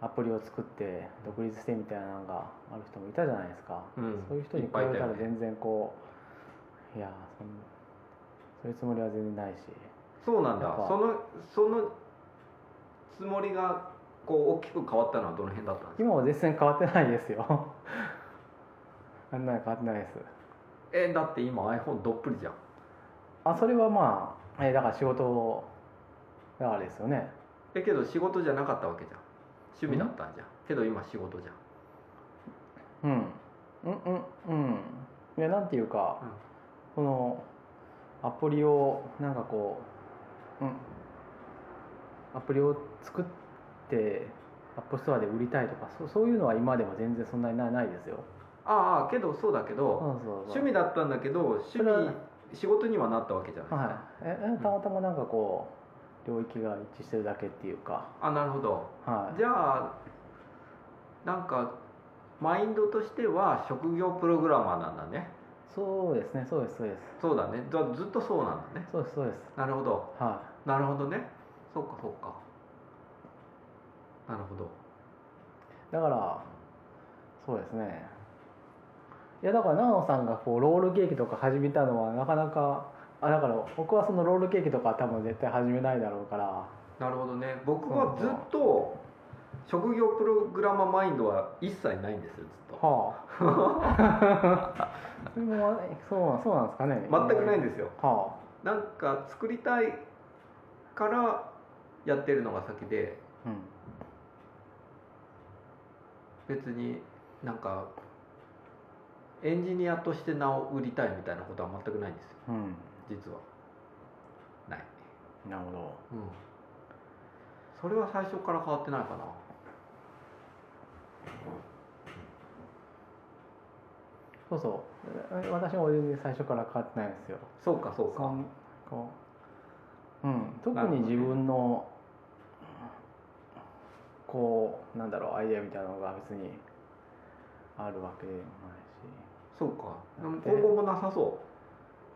アプリを作って独立してみたいなのがある人もいたじゃないですか、うんそういう人に比べいっぱいいたたよらね全然こういやそんそういうつもりは全然ないしそうなんやだっぱそのそのつもりがこう大きく変わったのはどの辺だったんですか今は全然変わってないですよ [laughs] あんなの変わってないですえだって今 iPhone どっぷりじゃんあそれはまあえだから仕事をだからですよねえけど仕事じゃなかったわけじゃん趣味だったんじゃんけど今仕事じゃんうんうんうんうんいやなんていうか、うんこのアプリをなんかこう、うん、アプリを作ってアップストアで売りたいとかそうそういうのは今でも全然そんなにないないですよああけどそうだけそうど、そうそう趣味だったんだけど趣それは味仕事にはなったわけじゃないですか、はいええたまたまなんかこう領域が一致してるだけっていうかあなるほどはいじゃあなんかマインドとしては職業プログラマーなんだねそうですねそうですそうですそうだねずずっとそうなんだねそうですそうですなるほどはなるほどねそうかそうかなるほどいだからそうですねいやだから長野さんがこうロールケーキとか始めたのはなかなかあだから僕はそのロールケーキとかは多分絶対始めないだろうからなるほどね僕はずっと職業プログラマーマインドは一切ないんですよずっとは [laughs] あそれもそうそうなんですかね全くないんでですよはなんか作りたいからやってるのが先であうん別になんかエンジニアとして名を売りたいみたいなことは全くないんですようん実はないなるほどうんそれは最初から変わってないかなそうそうえ私も全然最初から変わってないんですよそうかそうそかんこう、うん、特なるほにどね自分の、こうなんだろうアイデアみたいなのが別にあるわけでもないしそうかでもで今後もなさそ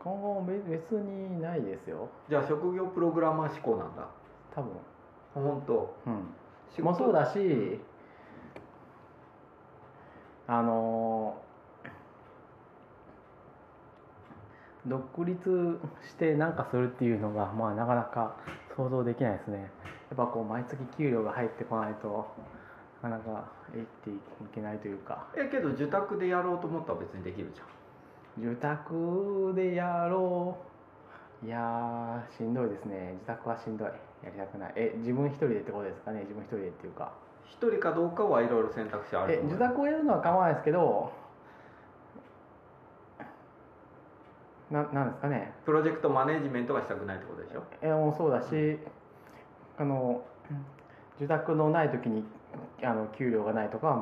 今後べ別にないですよじゃあ職業プログラマー志向なんだ多分本当うん仕もうそうだだし、あのー独立して何かするっていうのがまあなかなか想像できないですねやっぱこう毎月給料が入ってこないとなかなか生きていけないというかえけど受託でやろうと思ったら別にできるじゃん受託でやろういやーしんどいですね自宅はしんどいやりたくないえ自分一人でってことですかね自分一人でっていうか一人かどうかはいろいろ選択肢あるえと思自う宅をやるのは構わないですけどななんですかねプロジェクトマネジメントがしたくないってことでしょえもうそうだし、あの受託のない時にあの給料がないとかは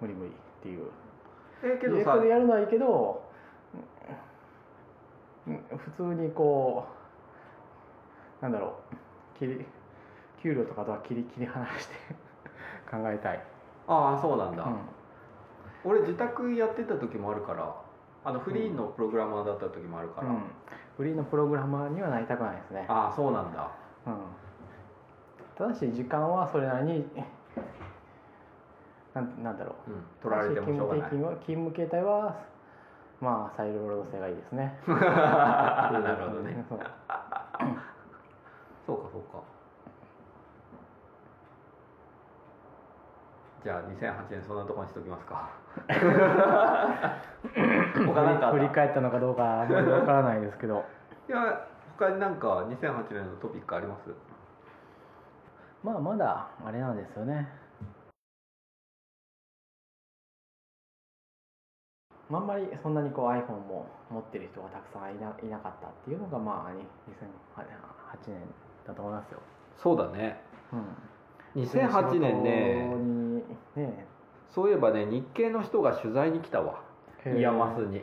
無理無理っていうえけ自どさ宅でやるのはいいけどうんうん普通にこうなんだろう切り給料とかとは切り切り離して [laughs] 考えたい、ああそうなんだ、うん俺自宅やってた時もあるからあのフリーのプログラマーだった時もあるから、うん、フリーのプログラマーにはなりたくないですね、ああそうなんだうん、ただし時間はそれなりになんなんだろううん取られてもしょうがない勤務勤務形態はまあ裁量労働制がいいですね [laughs] なるほどねそそううかそうかじゃあ2008年そんなとこにしときます [laughs] か他なんかあった振り返ったのかどうかあんまりわからないです [laughs] けどいや他になんか2008年のトピックありますまあまだあれなんですよねまああんまりそんなにこう iPhone も持ってる人がたくさんいないなかったっていうのがまあに2008年だと思いますよ、そうだねうん2008年ね仕事にねそういえばね日系の人が取材に来たわイヤマスに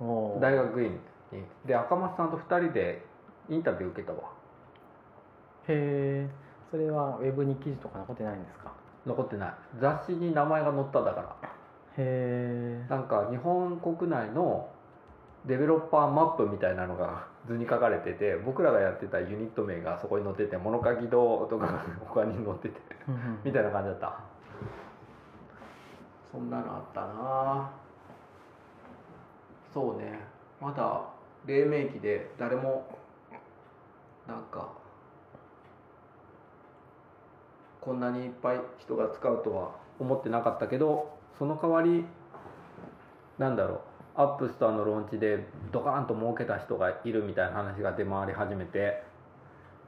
おー大学院にで赤松さんと2人でインタビュー受けたわへえそれはウェブに記事とか残ってないんですか残ってない雑誌に名前が載っただからへえなんか日本国内のデベロッパーマップみたいなのが [laughs] 図に書かれてて僕らがやってたユニット名がそこに載ってて物書き堂とかが [laughs] 他に載っててみたいな感じだったそんなのあったなそうねまだ黎明期で誰もなんかこんなにいっぱい人が使うとは思ってなかったけどその代わりなんだろうアップストアのローンチでドカーンと儲けた人がいるみたいな話が出回り始めて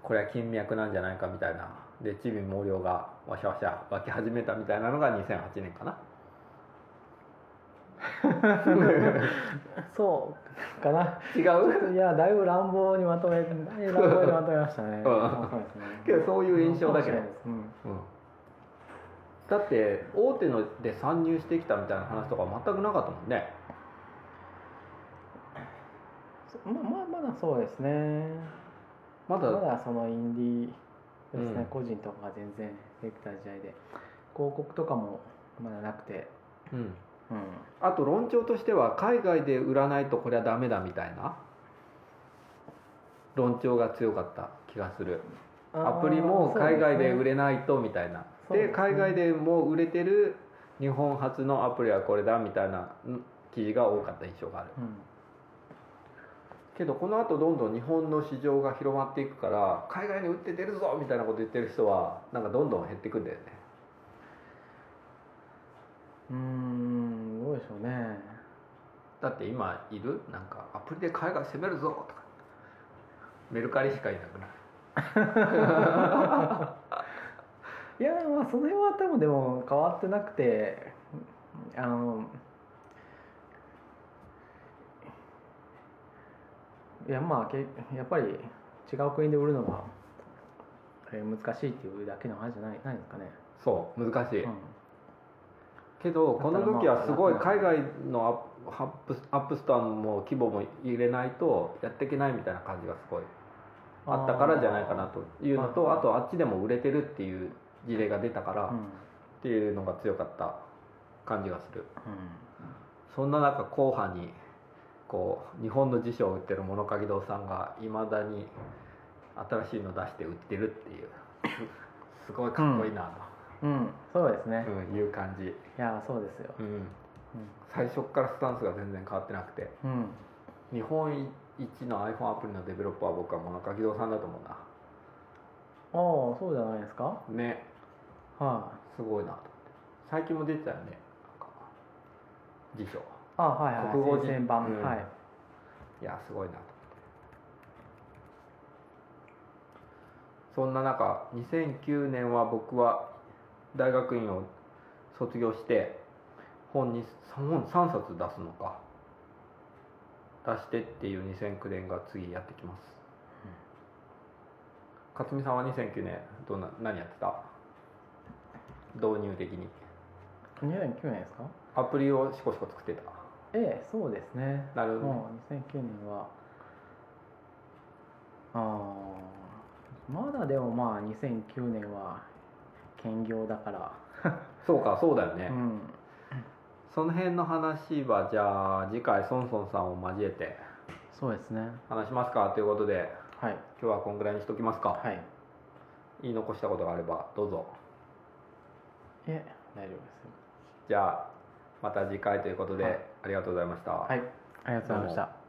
これは金脈なんじゃないかみたいなでチビ毛量がわしゃわしゃ湧き始めたみたいなのが2008年かなそうかな違う [laughs] いやだいぶ乱暴にまとめだいぶ乱暴にまとめましたね、んそうですねけどそういう印象だけどそうかもしれないですうんだって大手ので参入してきたみたいな話とか全くなかったもんねそまあまあまだそうですねままだだそのインディーですね、うん個人とかが全然できた時代で広告とかもまだなくてうんうんあと論調としては海外で売らないとこれはダメだみたいな論調が強かった気がするアプリも海外で売れれないとみたいなそうで,、ですね海外でもう売れてる日本初のアプリはこれだみたいなうん記事が多かった印象があるけどこのあとどんどん日本の市場が広まっていくから海外に売って出るぞみたいなこと言ってる人はなんかどんどん減っていくんだよねうんうーんどうでしょうねだって今いるなんかアプリで海外攻めるぞとかメルカリしかいなくないいやまあその辺は多分でも変わってなくてあのいやまあけやっぱり違う国で売るのはえー難しいっていうだけの話じゃないないんですかね、そう難しい、うんけどこの時はすごいだからまあ海外のアップアップアップストアも規模も入れないとやっていけないみたいな感じがすごいあったからじゃないかなというのとああーとあっちでも売れてるっていう事例が出たからうん、うんっていうのが強かった感じがするそんな中後半にこう日本の辞書を売ってる物陰堂さんがいまだに新しいの出して売ってる [laughs] っていうすすごいかっこいいなうんそうですねと、うんいう感じ、いやーそうですようん、最初からスタンスが全然変わってなくてうん、日本一の iPhone アプリのデベロッパーは僕は物陰堂さんだと思うなああそうじゃないですかはい、ねすごいなと思って最近も出てたよねなんか辞書あはいはい国語辞先々版、うんはいいやすごいなと思ってそんな中2009年は僕は大学院を卒業して本に本3冊出すのか出してっていう2009年が次やってきます、勝美さんは2009年どんな何やってた導入的に2009年ですかアプリをシコシコ作ってたええそうですねなるほどね、もう2009年はああまだでもまあ2009年は兼業だからそうかそうだよね、うんその辺の話はじゃあ次回ソンソンさんを交えてそうですね話しますかということではい今日はこんぐらいにしときますか、はい言い残したことがあればどうぞえ大丈夫ですよじゃあまた次回ということで、はいありがとうございました、はいありがとうございました